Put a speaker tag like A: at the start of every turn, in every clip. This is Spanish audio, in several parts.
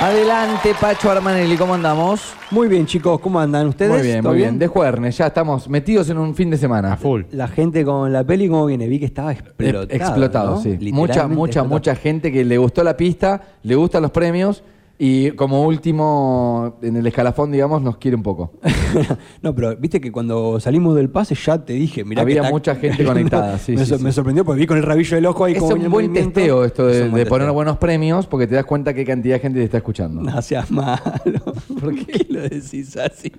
A: Adelante, Pacho Armanelli, ¿cómo andamos?
B: Muy bien, chicos, ¿cómo andan ustedes?
A: Muy bien,
B: ¿Todo
A: muy bien. De Juernes, ya estamos metidos en un fin de semana.
C: Full.
B: La gente con la peli, ¿cómo viene? Vi que estaba explotado.
A: Explotado, explotado
B: ¿no?
A: sí.
B: Literalmente
A: Mucha, mucha,
B: explotado.
A: mucha gente que le gustó la pista, le gustan los premios y como último en el escalafón, digamos, nos quiere un poco.
B: no, pero viste que cuando salimos del pase ya te dije, mirá
A: Había
B: que está-
A: mucha gente conectada, sí,
B: me,
A: sí,
B: sor-
A: sí.
B: me sorprendió porque vi con el rabillo del ojo ahí
A: es
B: como
A: un
B: venía el
A: buen
B: movimiento.
A: testeo esto
B: Es
A: de,
B: un buen
A: de poner
B: testeo.
A: buenos premios porque te das cuenta qué cantidad de gente te está escuchando.
B: No seas malo. ¿Por qué lo decís así?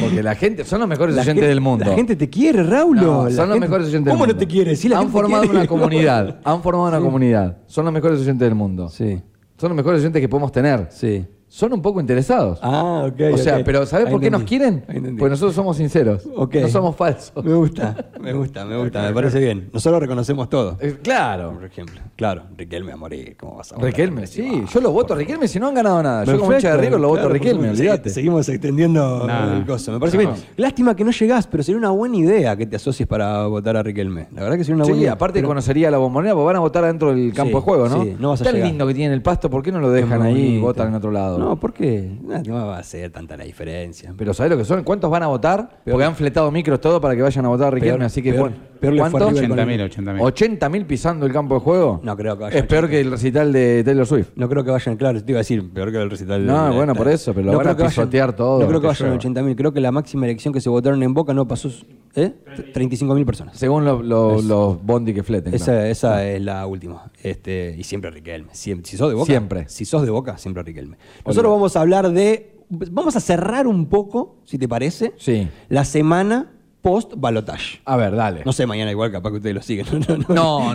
A: Porque la gente, son los mejores
B: La
A: oyentes
B: gente-
A: del mundo.
B: La gente te quiere, Raúl.
A: No,
B: La
A: son los
B: gente-
A: mejores oyentes
B: ¿Cómo
A: del mundo.
B: no te quiere? Sí, la
A: han
B: gente
A: formado
B: quiere.
A: una comunidad. Han formado una
B: Sí.
A: comunidad. Son los mejores oyentes del mundo.
B: Sí,
A: Son los mejores oyentes que podemos tener.
B: sí.
A: Son un poco interesados.
B: Ah, ok.
A: o sea,
B: ok.
A: pero ¿sabes
B: Ahí
A: por qué nos
B: entendí,
A: quieren? Pues
B: ahí entendí.
A: Porque nosotros somos sinceros.
B: Ok.
A: No somos falsos.
B: Me gusta, me gusta, me gusta, me parece bien. Nosotros reconocemos todo.
A: Eh, Claro.
B: Por ejemplo, claro, Riquelme a morir, ¿cómo vas a votar?
A: Riquelme, sí. Yo lo voto a Riquelme si no han ganado nada. Yo como
B: Perfecto,
A: hincha de River lo voto a
B: claro,
A: Riquelme,
B: por supuesto.
A: olvídate.
B: Seguimos extendiendo
C: Nada.
B: el coso. Me parece bien. Lástima que no llegás, pero sería una buena idea que te asocies para votar a Riquelme. La verdad que sería una
A: Sí,
B: buena idea.
A: aparte
B: pero-
A: conocería la bombonera, porque van a votar adentro del campo de
B: Sí,
A: juego, ¿no?
B: sí, no vas a
A: Tan
B: llegar.
A: lindo que tiene el pasto, ¿por qué no lo dejan
B: Es muy
A: ahí y
B: bonito.
A: votan en otro lado?
B: No, ¿por qué? Nah, No va a ser tanta la diferencia.
A: Pero ¿sabés lo que son? ¿Cuántos van a votar? Porque han fletado micros todo para que vayan a votar a Riquelme,
B: Peor-
A: así que
B: peor-
A: ¿cuán-
B: peor le fue a
A: ¿cuántos?
B: River con
C: 80.000,
B: el-
C: 80.000.
A: 80.000 pisando el campo de juego.
B: No creo que vaya
A: Es peor que el recital de Taylor Swift.
B: No creo que vayan, claro, te iba a decir, peor que el recital.
A: No,
B: del-
A: bueno, por eso, pero lo van
B: creo
A: a
B: que vayan-
A: pisotear todo,
B: No creo que
A: que
B: vayan
A: llueva.
B: 80.000, creo que la máxima elección que se votaron en Boca no pasó, ¿eh? 35.000 personas.
A: Según lo- lo- los bondi que fleten.
B: Esa,
A: claro.
B: esa es la última. Este, y siempre Riquelme. Siem- si sos de Boca.
A: Siempre.
B: Si sos de Boca, siempre Riquelme. Nosotros vamos a hablar de. Vamos a cerrar un poco, si te parece.
A: Sí.
B: La semana post balotage.
A: A ver, dale.
B: No sé, mañana igual, capaz que ustedes lo siguen. No,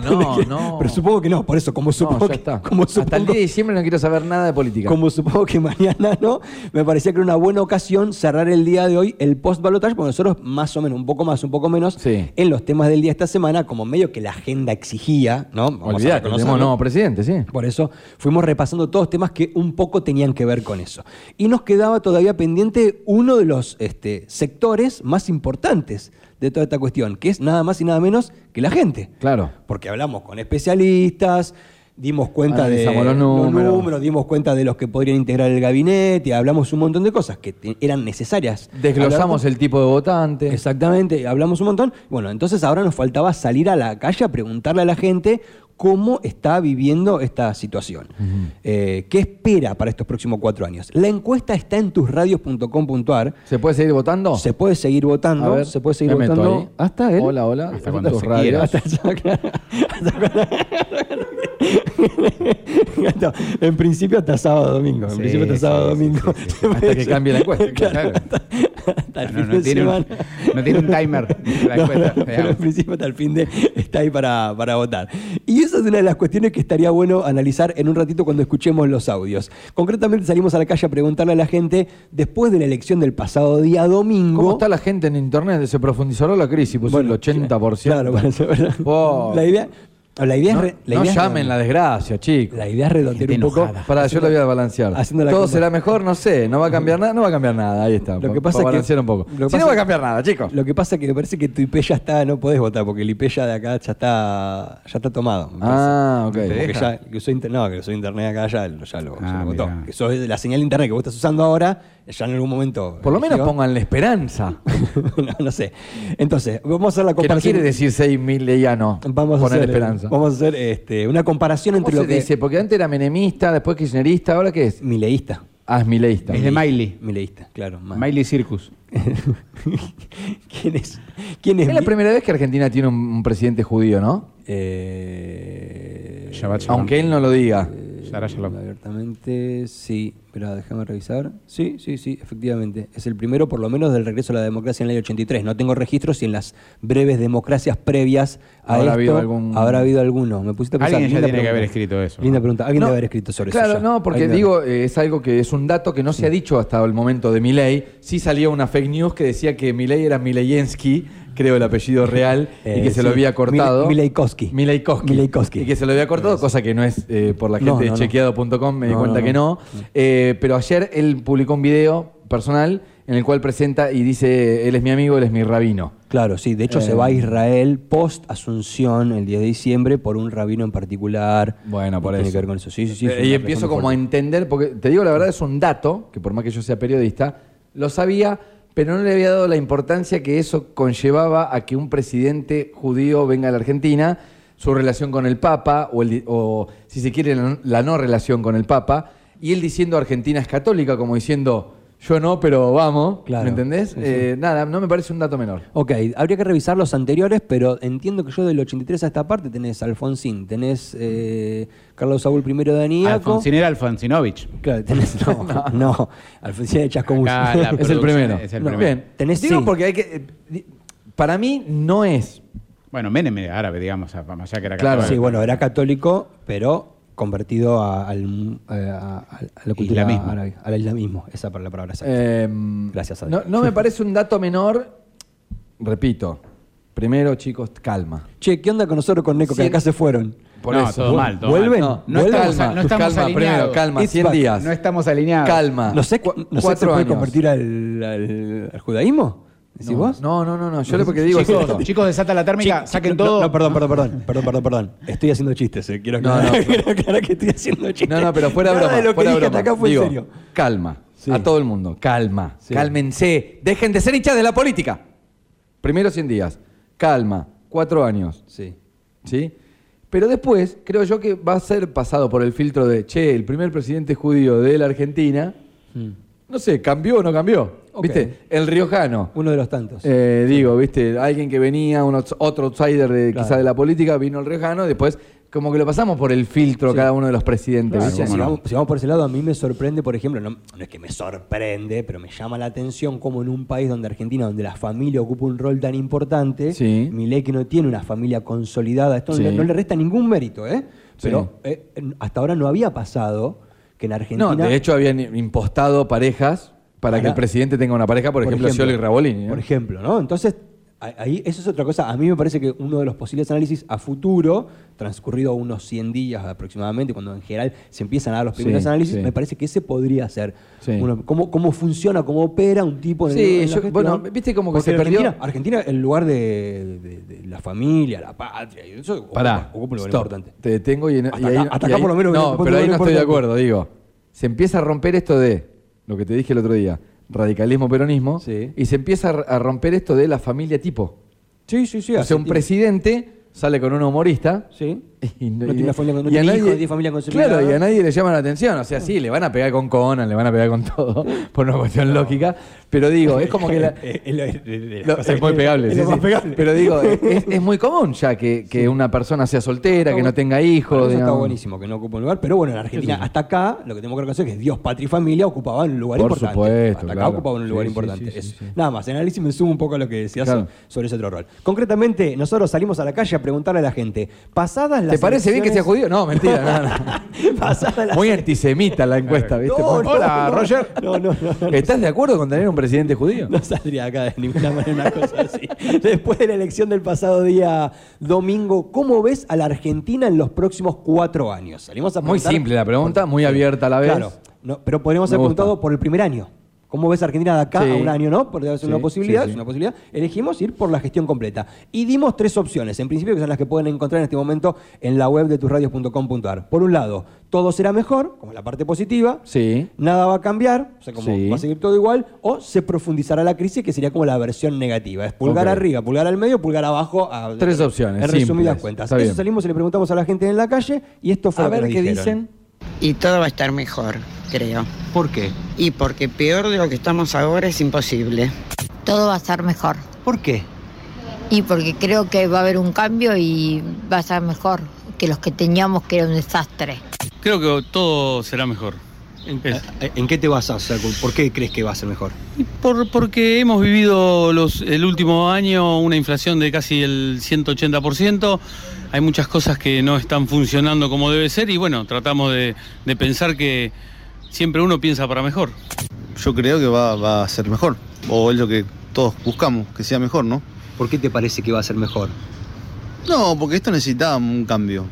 A: No, no, no.
B: Pero supongo que no, por eso, como
A: No,
B: supongo
A: ya
B: que.
A: está.
B: Como
A: Hasta el
B: supongo-
A: 10 de diciembre no quiero saber nada de política.
B: como supongo que mañana no, me parecía que era una buena ocasión cerrar el día de hoy el post-balotage, porque nosotros más o menos, un poco más, un poco menos,
A: Sí.
B: en los temas del día esta semana, como medio que la agenda exigía, ¿no? Vamos a
A: Olvidate,
B: reconocerlo.
A: tenemos nuevo presidente, sí.
B: Por eso fuimos repasando todos temas que un poco tenían que ver con eso. Y nos quedaba todavía pendiente uno de los este, sectores más importantes de toda esta cuestión, que es nada más y nada menos que la gente.
A: Claro.
B: Porque hablamos con especialistas, dimos cuenta de
A: Analizamos Ah, los números.
B: dimos cuenta de los que podrían integrar el gabinete, hablamos un montón de cosas que te- eran necesarias.
A: Desglosamos el tipo de votante.
B: Exactamente, hablamos un montón. Bueno, entonces ahora nos faltaba salir a la calle a preguntarle a la gente cómo está viviendo esta situación. Eh, ¿Qué espera para estos próximos cuatro años? La encuesta está en tusradios.com.ar.
A: ¿Se puede seguir votando?
B: Se puede seguir
A: Oh. A
B: votando,
A: ver,
B: se puede seguir
A: me meto
B: votando.
A: ahí. Hasta él. Hola, hola.
C: Hasta cuando
A: Tus
C: se
A: radios.
C: quiera.
B: Hasta- Gato, en principio hasta sábado domingo. En
C: Sí,
B: principio hasta
C: sí,
B: sábado
C: sí,
B: domingo.
C: sí, sí.
A: Hasta que cambie la encuesta.
B: Claro,
C: Claro.
B: hasta, hasta el
C: No,
B: fin
C: no
B: de
C: tiene un-
B: semana.
C: no tiene un timer la encuesta,
B: pero en
C: digamos.
B: principio hasta el fin de está ahí para, para votar. Y esa es una de las cuestiones que estaría bueno analizar en un ratito cuando escuchemos los audios. Concretamente salimos a la calle a preguntarle a la gente, después de la elección del pasado día domingo.
A: ¿Cómo está la gente en internet? Se profundizó la crisis, puso el 80%.
B: Claro, para eso, ¿verdad?
A: Oh.
B: La idea, la idea
A: No,
B: es. re- la
A: no
B: idea es
A: llamen la desgracia, chicos.
B: La idea es redondear un
C: Gente
B: poco.
C: enojada.
A: Para, yo la voy a balancear.
B: haciendo la
A: Todo
B: comba.
A: será mejor, no sé. No va a cambiar nada, no va a cambiar nada. Ahí está.
B: Lo que
A: pa-
B: pasa
A: pa
B: es que-
A: balancear un poco.
B: lo que
A: Si
B: pasa
A: no va a
B: es-
A: cambiar nada, chicos.
B: Lo que pasa es que me parece que tu IP ya está, no podés votar, porque el IP ya de acá ya está, ya está tomado. me parece.
A: Ah, ok.
B: Como que ya, que usó internet, no, que usó internet acá ya, lo- ya lo, ya
C: Ah,
B: lo votó.
C: mirá.
B: Que eso es la señal de internet que vos estás usando ahora, ya en algún momento.
A: Por lo menos
B: eligió.
A: pongan la esperanza.
B: no, no sé. Entonces, vamos a hacer la
A: Que no
B: comparación.
A: quiere decir 6.000 de ya no.
B: Vamos a
A: Poner
B: hacer,
A: esperanza.
B: Vamos a hacer este, una comparación
A: ¿Cómo
B: entre lo
A: se
B: que
A: dice? Porque antes era menemista, después kirchnerista, ¿ahora qué es?
B: Mileísta.
A: Ah, es mileísta.
C: Es de Miley.
B: Mileísta, claro. más.
C: Miley Circus.
B: ¿Quién es? ¿Quién es?
A: Es la
B: mi-
A: primera vez que Argentina tiene un, un presidente judío, ¿no?
B: Eh,
C: Shabbat shalom.
A: Aunque él no lo diga.
C: Shabbat shalom.
B: Este, Abiertamente, sí. Pero déjame revisar. Sí, sí, sí, efectivamente. Es el primero, por lo menos, del regreso a la democracia en el año 83. No tengo registros si en las breves democracias previas a
A: Habrá
B: esto
A: habido algún-
B: habrá habido alguno. Me pusiste a pensar.
C: Alguien ya
B: linda
C: tiene que
B: pregunta.
C: haber escrito eso.
B: Linda pregunta. Alguien
A: No,
B: debe haber escrito sobre
A: claro,
B: eso. ya.
A: no, porque
B: Alguien debe-
A: digo, eh, es algo que es un dato que no se ha dicho hasta el momento de Milei. Sí salió una fake news que decía que Milei era Mileyensky creo, el apellido real y
B: Eh,
A: que se lo
B: sí.
A: había cortado.
B: Mil- Mileikowski.
A: Mileikowski.
B: Mileikowski.
A: Y que se lo había cortado, cosa que no es eh, por la gente
B: No,
A: de
B: no, no.
A: chequeado.com, me di
B: No,
A: cuenta
B: no,
A: que no.
B: no.
A: Eh, pero ayer él publicó un video personal en el cual presenta y dice, él es mi amigo, él es mi rabino.
B: Claro, sí. De hecho, se
A: Eh.
B: va a Israel post Asunción el 10 de diciembre por un rabino en particular.
A: Bueno,
B: Y
A: por
B: Tiene
A: eso.
B: que ver con eso. Sí, sí, sí. es
A: Eh,
B: una
A: y
B: razón
A: empiezo como a
B: fuerte.
A: entender, porque te digo la verdad, es un dato, que por más que yo sea periodista, lo sabía, pero no le había dado la importancia que eso conllevaba a que un presidente judío venga a la Argentina, su relación con el Papa, o, el di- o, si se quiere, la no- la no relación con el Papa, y él diciendo Argentina es católica, como diciendo yo no, pero vamos,
B: Claro.
A: ¿me entendés?
B: Sí, sí.
A: Eh, nada, no me parece un dato menor.
B: Ok, habría que revisar los anteriores, pero entiendo que yo del 83 a esta parte tenés Alfonsín, tenés eh, Carlos Saúl I de Aníaco.
C: Alfonsín era Alfonsinovich.
B: Claro, tenés, no, no, Alfonsín de Chascomús.
C: Acá la-
A: Es el
C: producción
A: primero.
C: es el
A: No,
C: primero.
A: Bien,
B: Tenés
A: digo
B: sí.
A: porque hay que... eh, di- Para mí no es
C: Bueno, Menem era árabe, digamos, a- más allá que era
A: Claro.
B: Sí, bueno, era católico, pero convertido a, al- a- a- a la cultura
C: Islamismo.
B: árabe, al islamismo, esa es la palabra exacta.
A: Em,
B: Gracias, Adri.
A: No, no me parece un dato menor. Repito, primero, chicos, calma.
B: Che, ¿qué onda con nosotros con Neco? Que
A: Sí.
B: acá se fueron.
A: Por
C: No,
A: eso.
C: todo
A: Vu-
C: mal, todo
B: ¿Vuelven?
C: mal.
A: No,
B: Vuelvan.
A: calma,
C: no estamos
A: calma,
C: alineados.
A: primero, calma,
B: It's
A: 100
B: back.
A: días.
C: No estamos alineados.
A: Calma.
B: ¿No sé,
A: Cu-
B: cu- no sé
A: Ah, cuatro
B: se puede
A: años.
B: convertir al, al- al judaísmo? ¿Decís
A: No,
B: vos?
A: No, no, no, no. Yo lo que digo es esto.
C: Chicos, chicos, desata la térmica,
B: Chi-
C: saquen
B: no,
C: todo.
B: No, perdón, perdón, perdón, perdón, perdón, perdón. Estoy haciendo chistes, eh, quiero
A: No,
B: aclarar,
A: no.
B: quiero aclarar que estoy haciendo chistes.
A: No, no, pero fuera
B: Nada
A: broma.
B: de lo que
A: fuera
B: dije
A: broma.
B: hasta acá fue
A: Digo,
B: en serio.
A: Calma.
B: Sí.
A: A todo el mundo. Calma.
B: Sí.
A: Cálmense. Dejen de ser hinchas de la política. Primero 100 días. Calma. Cuatro años.
B: Sí.
A: ¿sí? Pero después, creo yo que va a ser pasado por el filtro de, che, el primer presidente judío de la Argentina, no sé, cambió o no cambió.
B: Hmm. Ok.
A: ¿Viste? El riojano.
B: Uno de los tantos.
A: Eh, digo, ¿viste? Alguien que venía, un outs- otro outsider de,
B: Claro.
A: quizá de la política, vino el riojano, después como que lo pasamos por el filtro
B: Sí.
A: cada uno de los presidentes.
B: Claro,
A: ¿viste?
B: si,
C: cómo no.
B: vamos, si vamos por ese lado, a mí me sorprende, por ejemplo, no, no es que me sorprende, pero me llama la atención como en un país donde Argentina, donde la familia ocupa un rol tan importante,
A: Sí.
B: Milei que no tiene una familia consolidada, esto no
A: Sí.
B: le- no, le resta ningún mérito, ¿eh?
A: Sí.
B: Pero eh, en- hasta ahora no había pasado que en Argentina...
A: No, de hecho habían impostado parejas para, que
B: Para-
A: el presidente tenga una pareja, por, ejemplo, Scioli y Rabolini. ¿eh?
B: Por ejemplo, ¿no? Entonces, a- ahí eso es otra cosa. A mí me parece que uno de los posibles análisis a futuro, transcurrido unos 100 días aproximadamente, cuando en general se empiezan a dar los primeros
A: Sí,
B: análisis,
A: sí.
B: me parece que ese podría ser.
A: Sí.
B: uno- cómo, cómo funciona, cómo opera un tipo en el-
A: Sí,
B: en la
A: yo-
B: gestión.
A: bueno, viste como que
B: Porque
A: se perdió-
B: Argentina, Argentina, el lugar de, de- de la familia, la patria, y eso ocupa-
A: Pará,
B: ocupa un lugar
A: stop.
B: importante.
A: Te detengo y, en-
B: Hasta
A: y ahí,
B: acá- hasta
A: y
B: acá
A: ahí-
B: por lo menos viene un
A: No,
B: punto
A: pero ahí
B: muy
A: no estoy de
B: importante.
A: acuerdo, digo. Se empieza a romper esto de lo que te dije el otro día, radicalismo peronismo,
B: Sí.
A: y se empieza a r- a romper esto de la familia tipo.
B: Sí, sí, sí.
A: o sea, un presidente sale con un humorista.
B: Sí.
A: Y,
B: No tiene una familia- no tiene hijos, no tiene familia consolidada.
A: Claro, y a nadie le llama la atención. O sea, sí, le van a pegar con Conan, le van a pegar con todo, por una cuestión lógica. Pero digo, es como que la, No, eh, es muy pegable, sí, sí. Pero digo, es, es muy común ya que, que una persona sea soltera, que no tenga hijos.
B: Bueno, Eso está
A: digamos.
B: buenísimo, que no ocupa un lugar. Pero bueno, en Argentina, hasta acá, lo que tenemos que reconocer es que Dios, patria y familia ocupaban un lugar
A: Por
B: importante.
A: supuesto,
B: hasta
A: claro.
B: acá ocupaban un
A: Sí,
B: lugar
A: sí,
B: importante.
A: sí, sí,
B: Eso.
A: sí.
B: Nada más, en análisis me sumo un poco a lo que decías
A: Claro.
B: sobre ese otro rol. Concretamente, nosotros salimos a la calle a preguntarle a la gente, pasadas las
A: ¿Te parece bien que sea judío?
B: elecciones-
A: No, mentira, nada.
B: pasadas las
A: Muy antisemita la encuesta, ¿viste?
B: No, no,
C: Hola,
B: no.
C: Roger.
B: No, no, no, no.
A: ¿Estás de acuerdo con tener un presidente judío?
B: No saldría acá de ninguna manera una cosa así. Después de la elección del pasado día domingo, ¿cómo ves a la Argentina en los próximos cuatro años? Salimos a
A: Muy
B: preguntar-
A: simple la pregunta, muy abierta a la vez.
B: Claro, no, pero podríamos
A: Me
B: haber
A: gusta.
B: preguntado por el primer año. ¿Cómo ves a Argentina de acá
A: Sí.
B: a un año, no? Porque es una
A: Sí,
B: posibilidad,
A: sí, sí.
B: es una posibilidad. Elegimos ir por la gestión completa. Y dimos tres opciones, en principio, que son las que pueden encontrar en este momento en la web de tusradios.com.ar. Por un lado, todo será mejor, como la parte positiva.
A: Sí.
B: Nada va a cambiar, o sea, como
A: Sí.
B: va a seguir todo igual, o se profundizará la crisis, que sería como la versión negativa. Es pulgar
A: Ok.
B: arriba, pulgar al medio, pulgar abajo. a-
A: Tres opciones,
B: En resumidas
A: simples.
B: cuentas.
A: Está
B: Eso
A: bien.
B: salimos y le preguntamos a la gente en la calle, y esto fue
A: A
B: lo que
A: ver
B: nos
A: qué
B: dijeron.
A: dicen.
D: Y todo va a estar mejor, creo.
E: ¿Por qué?
D: Y porque peor de lo que estamos ahora es imposible.
F: todo va a estar mejor.
E: ¿Por qué?
F: Y porque creo que va a haber un cambio y va a estar mejor que los que teníamos que era un desastre.
G: Creo que todo será mejor.
E: ¿En,
G: Es-
E: a- Eh, ¿en qué te basas? O sea, ¿Por qué crees que va a ser mejor?
G: Y Por, porque hemos vivido los, el último año una inflación de casi el 180%. Hay muchas cosas que no están funcionando como debe ser y bueno, tratamos de, de pensar que siempre uno piensa para mejor.
H: Yo creo que va, va a ser mejor, o es lo que todos buscamos, que sea mejor, ¿no?
E: ¿Por qué te parece que va a ser mejor?
H: No, porque esto necesitaba un cambio.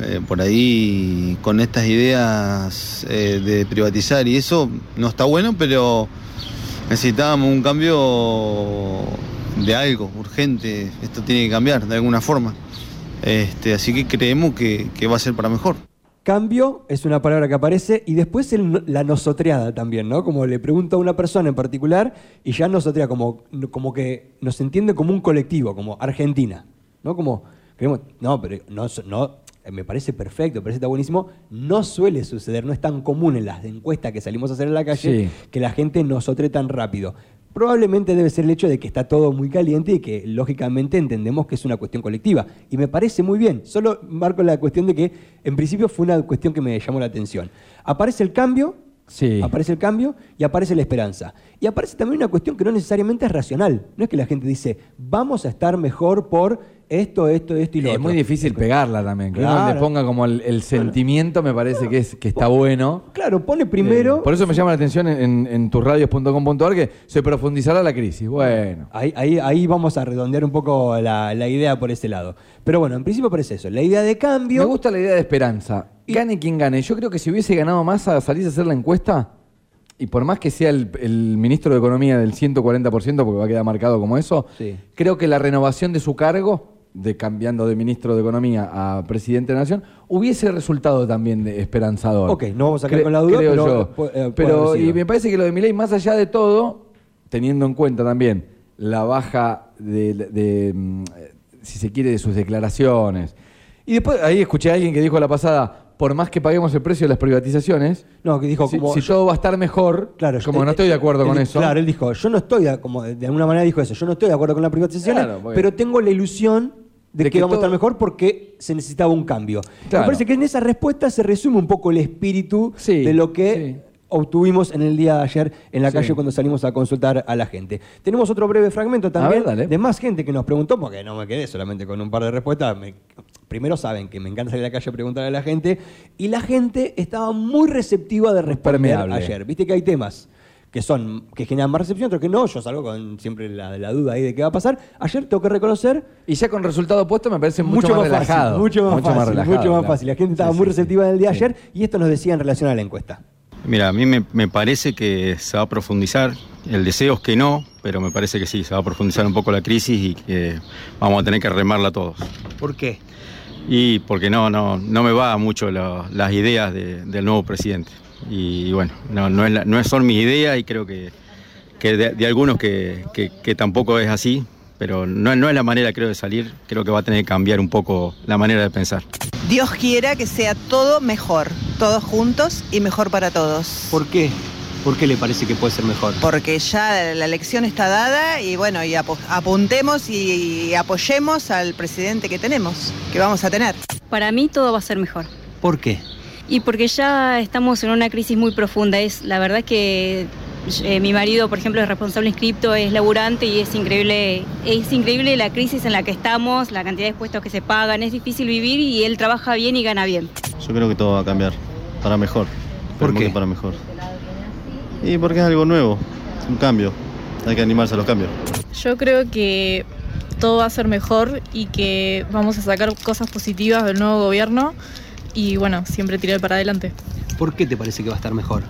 H: Eh, por ahí, con estas ideas eh, de privatizar y eso, no está bueno, pero necesitábamos un cambio de algo, urgente. Esto tiene que cambiar de alguna forma. Este, así que creemos que, que va a ser para mejor.
B: Cambio es una palabra que aparece y después el- la nosotreada también, ¿no? Como le pregunta a una persona en particular y ya nosotrea, como, como que nos entiende como un colectivo, como Argentina, ¿no? Como, creemos, no, pero no, su- no, eh, me parece perfecto, me parece está buenísimo. No suele suceder, no es tan común en las encuestas que salimos a hacer en la calle
A: Sí.
B: que la gente nosotre tan rápido. Probablemente debe ser el hecho de que está todo muy caliente y que lógicamente entendemos que es una cuestión colectiva. Y me parece muy bien. Solo marco la cuestión de que en principio fue una cuestión que me llamó la atención. Aparece el cambio,
A: Sí.
B: aparece el cambio y aparece la esperanza. Y aparece también una cuestión que no necesariamente es racional. No es que la gente dice, vamos a estar mejor por esto, esto, esto y lo
A: es
B: otro.
A: muy difícil pegarla también. Que uno
B: Claro.
A: le ponga como el, el sentimiento, me parece que, es, que está bueno.
B: Claro, pone primero...
A: Eh, por eso me llama la atención en, en, en tusradios.com.ar que se profundizará la crisis. Bueno.
B: Ahí, ahí- ahí vamos a redondear un poco la, la idea por ese lado. Pero bueno, en principio parece eso. La idea de cambio.
A: Me gusta la idea de esperanza. Gane quien gane. Yo creo que si hubiese ganado más a salir a hacer la encuesta, y por más que sea el, el ministro de Economía del 140%, porque va a quedar marcado como eso,
B: Sí.
A: creo que la renovación de su cargo, de cambiando de ministro de Economía a presidente de la Nación, hubiese resultado también de esperanzador.
B: Ok, no vamos a quedar
A: Cre-
B: con la duda,
A: creo
B: pero
A: yo.
B: pu- eh, puede
A: Pero,
B: haber sido.
A: y me parece que lo de Milei, más allá de todo, teniendo en cuenta también la baja de, de, mm, si se quiere, de sus declaraciones. Y después ahí escuché a alguien que dijo la pasada, por más que paguemos el precio de las privatizaciones,
B: No, que dijo
A: si,
B: como.
A: si
B: yo-
A: todo va a estar mejor,
B: claro, yo-
A: como no estoy de acuerdo
B: él-
A: con eso.
B: Claro, él dijo, yo no estoy, de- como de alguna manera dijo eso, yo no estoy de acuerdo con la privatización,
A: Claro, porque-
B: pero tengo la ilusión de,
A: De
B: que,
A: que
B: vamos a estar
A: todo-
B: mejor porque se necesitaba un cambio.
A: Claro.
B: Me parece que en esa respuesta se resume un poco el espíritu
A: Sí,
B: de lo que
A: sí.
B: obtuvimos en el día de ayer en la
A: Sí.
B: calle cuando salimos a consultar a la gente. Tenemos otro breve fragmento también
A: ver, dale.
B: de más gente que nos preguntó, porque no me quedé solamente con un par de respuestas. me- primero saben que me encanta salir a la calle a preguntar a la gente, y la gente estaba muy receptiva de responder
A: Permeable.
B: ayer. Viste que hay temas que son que generan más recepción, otros que no. Yo salgo con siempre la, la duda ahí de qué va a pasar. Ayer tengo que reconocer
A: Y ya con resultado opuesto me parece mucho, más,
B: fácil,
A: relajado.
B: mucho más fácil,
A: relajado,
B: mucho más
A: claro.
B: fácil. La gente estaba
A: Sí,
B: muy
A: sí, sí.
B: receptiva en el día de
A: Sí.
B: ayer y esto nos decía en relación a la encuesta.
H: Mira, a mí me, me parece que se va a profundizar. El deseo es que no, pero me parece que sí, se va a profundizar un poco la crisis y que vamos a tener que remarla todos.
E: ¿Por qué?
H: Y porque no, no, no me va mucho lo- las ideas de- del nuevo presidente. Y, bueno, no, no, es la- no son mis ideas y creo que, que de, de algunos que, que- que tampoco es así, pero no, no es la manera creo de salir, creo que va a tener que cambiar un poco la manera de pensar.
I: Dios quiera que sea todo mejor, todos juntos y mejor para todos.
E: ¿Por qué? ¿Por qué le parece que puede ser mejor?
I: Porque ya la elección está dada y bueno, y apo- apuntemos y apoyemos al presidente que tenemos, que vamos a tener.
J: Para mí todo va a ser mejor.
E: ¿Por qué?
J: Y porque ya estamos en una crisis muy profunda. Es la verdad que eh, mi marido, por ejemplo, es responsable inscripto, es laburante y es increíble, es increíble la crisis en la que estamos, la cantidad de impuestos que se pagan, es difícil vivir y él trabaja bien y gana bien.
H: Yo creo que todo va a cambiar, para mejor.
E: ¿Por
H: Esperemos
E: qué?
H: que Para mejor. Y porque es algo nuevo, un cambio. Hay que animarse a los cambios.
J: Yo creo que todo va a ser mejor y que vamos a sacar cosas positivas del nuevo gobierno y bueno, siempre tirar para adelante.
E: ¿Por qué te parece que va a estar mejor?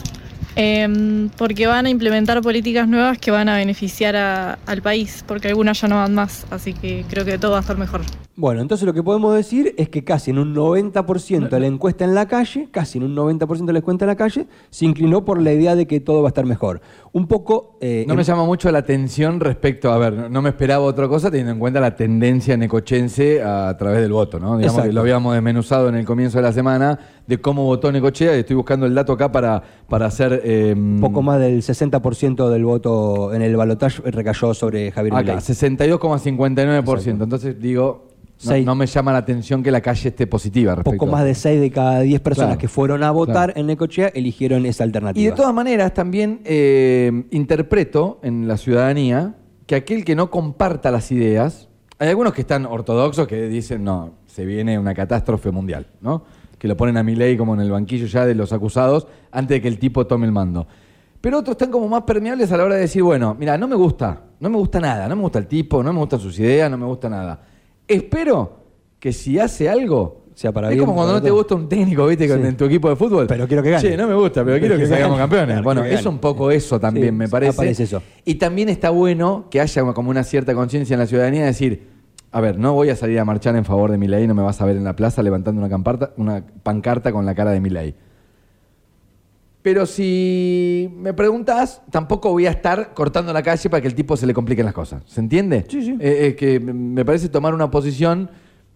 J: Em, porque van a implementar políticas nuevas que van a beneficiar a- al país, porque algunas ya no van más, así que creo que todo va a estar mejor.
B: Bueno, entonces lo que podemos decir es que casi en un 90% de la encuesta en la calle, casi en un 90% de la encuesta en la calle, se inclinó por la idea de que todo va a estar mejor. Un poco... eh,
A: No
B: en-
A: me llama mucho la atención respecto, a ver, no- no me esperaba otra cosa teniendo en cuenta la tendencia necochense a través del voto, ¿no? Digamos
B: Exacto.
A: que lo habíamos desmenuzado en el comienzo de la semana de cómo votó Necochea y estoy buscando el dato acá para, para hacer... eh,
B: poco más del 60% del voto en el balotaje recayó sobre Javier
A: Acá,
B: Milei.
A: 62,59%. Entonces digo, no,
B: Seis.
A: no me llama la atención que la calle esté positiva respecto
B: Poco
A: a
B: más
A: eso.
B: de 6 de cada 10 personas
A: Claro,
B: que fueron a votar
A: claro.
B: en Necochea eligieron esa alternativa.
A: Y de todas maneras, también eh, interpreto en la ciudadanía que aquel que no comparta las ideas, hay algunos que están ortodoxos que dicen, no, se viene una catástrofe mundial, ¿no? Que lo ponen a Milei como en el banquillo ya de los acusados antes de que el tipo tome el mando. Pero otros están como más permeables a la hora de decir, bueno, mira, no me gusta, No me gusta nada, no me gusta el tipo, no me gustan sus ideas, no me gusta nada. Espero que si hace algo.
B: Sea para
A: es
B: bien,
A: como cuando
B: para
A: no te
B: todo.
A: gusta un técnico, viste, con-
B: Sí.
A: en tu equipo de fútbol. Pero
B: quiero que gane.
A: Sí, no me gusta, pero
B: Pero
A: quiero
B: quiero
A: que
B: que
A: salgamos
B: gane.
A: campeones.
B: Claro,
A: bueno,
B: quiero que
A: es
B: gane.
A: un poco eso también,
B: Sí,
A: me parece.
B: aparece eso.
A: Y también está bueno que haya como una cierta conciencia en la ciudadanía de decir, a ver, no voy a salir a marchar en favor de mi ley, no me vas a ver en la plaza levantando una, camparta- una pancarta con la cara de mi ley. Pero si me preguntas, tampoco voy a estar cortando la calle para que el tipo se le compliquen las cosas. ¿Se entiende? Sí, sí. que me- me parece tomar una posición,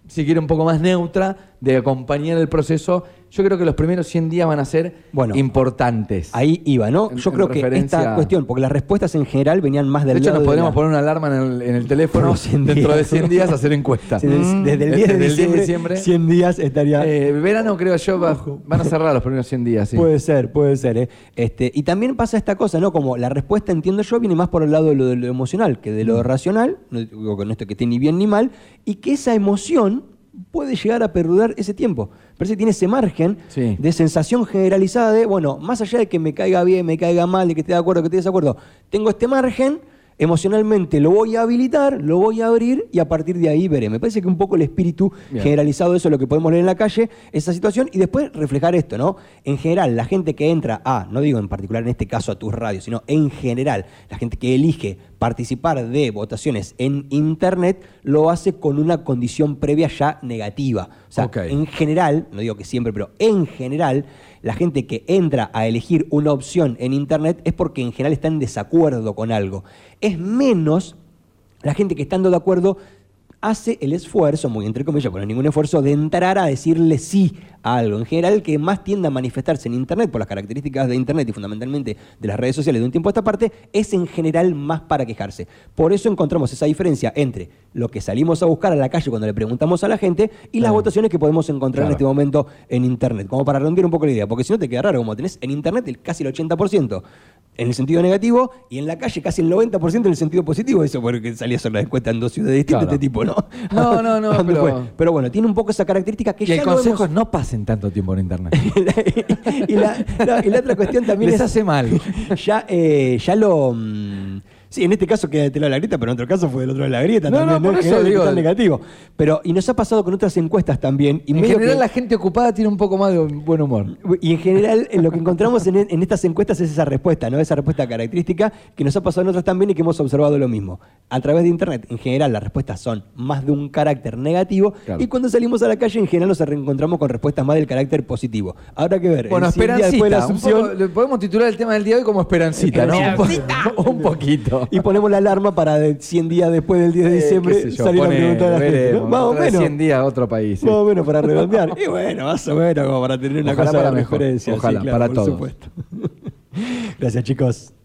A: si quiere, un poco más neutra, de acompañar el proceso. Yo creo que los primeros 100 días van a ser
B: Bueno.
A: importantes.
B: Ahí iba, ¿no?
A: En-
B: Yo
A: en
B: creo que
A: referencia-
B: esta cuestión, porque las respuestas en general venían más del
A: De hecho,
B: lado
A: nos podríamos
B: la-
A: poner una alarma en el, en el teléfono
B: Por 100
A: dentro
B: días.
A: de 100 días hacer Mm. encuestas.
B: Sí, des- desde el 10 de diciembre, 100 días estaría...
A: Eh, verano, creo yo, va- van a cerrar los primeros 100 días. Sí.
B: Puede ser, puede ser. ¿eh? Este, y también pasa esta cosa, ¿no? Como la respuesta, entiendo yo, viene más por el lado de lo, de lo emocional que de lo racional, no digo con esto que esté ni bien ni mal, y que esa emoción puede llegar a perdurar ese tiempo. Parece que tiene ese margen
A: Sí.
B: de sensación generalizada de, bueno, más allá de que me caiga bien, me caiga mal, de que esté de acuerdo, que esté de desacuerdo, tengo este margen, emocionalmente lo voy a habilitar, lo voy a abrir y a partir de ahí veré. Me parece que un poco el espíritu
A: Bien.
B: generalizado, eso es lo que podemos leer en la calle, esa situación, y después reflejar esto, ¿no? En general, la gente que entra a, no digo en particular en este caso a tus radios, sino en general, la gente que elige participar de votaciones en Internet, lo hace con una condición previa ya negativa. O sea,
A: Ok.
B: en general, no digo que siempre, pero en general, la gente que entra a elegir una opción en Internet es porque en general está en desacuerdo con algo. Es menos la gente que estando de acuerdo hace el esfuerzo, muy entre comillas, pero ningún esfuerzo, de entrar a decirle sí a algo. En general, el que más tiende a manifestarse en Internet, por las características de Internet y fundamentalmente de las redes sociales de un tiempo a esta parte, es en general más para quejarse. Por eso encontramos esa diferencia entre lo que salimos a buscar a la calle cuando le preguntamos a la gente y las votaciones que podemos encontrar en
A: Claro.
B: este momento en Internet. Como para rendir un poco la idea, porque si no te queda raro, como tenés en Internet el casi el 80% en el sentido negativo y en la calle casi el 90% en el sentido positivo. Eso porque salí a hacer la encuesta en dos ciudades distintas
A: Claro.
B: este tipo, ¿no?
A: No, no, no,
B: ¿Dónde
A: pero-
B: fue? pero bueno, tiene un poco esa característica que
A: Y
B: ya
A: el
B: lo
A: consejo
B: hemos-
A: es no pasen tanto tiempo en internet.
B: y, la, no, y la otra cuestión también
A: Les
B: es...
A: hace mal.
B: ya, eh, ya lo... mm, sí, en este caso queda del lado de la grieta, pero en otro caso fue del otro lado de la grieta.
A: No,
B: también,
A: no, por
B: En
A: eso
B: general,
A: digo-
B: está negativo. Pero, y nos ha pasado con otras encuestas también. Y
A: En
B: medio
A: general
B: que-
A: la gente ocupada tiene un poco más de buen humor.
B: y en general, en lo que encontramos en, en estas encuestas es esa respuesta, ¿no? Esa respuesta característica que nos ha pasado en otras también y que hemos observado lo mismo. A través de Internet, en general, las respuestas son más de un carácter negativo
A: Claro.
B: y cuando salimos a la calle, en general, nos reencontramos con respuestas más del carácter positivo. Habrá que ver.
A: Bueno,
B: en 100
A: esperancita.
B: días después de la
A: un
B: Asunción,
A: poco- le podemos titular el tema del día de hoy como esperancita, ¿no? Un po- Un poquito.
B: y ponemos la alarma para de 100 días después del 10 de
A: Eh,
B: diciembre
A: qué sé yo,
B: salir
A: pone-
B: a preguntar a la gente. ¿no?
A: veremos,
B: Más o
A: dentro de
B: menos.
A: 100 días a otro país. sí.
B: Más o menos para redondear. Y bueno, más o menos como para tener una
A: Ojalá
B: cosa
A: para
B: de
A: mejor.
B: referencia.
A: Ojalá, para
B: por
A: todos.
B: supuesto. Gracias, chicos.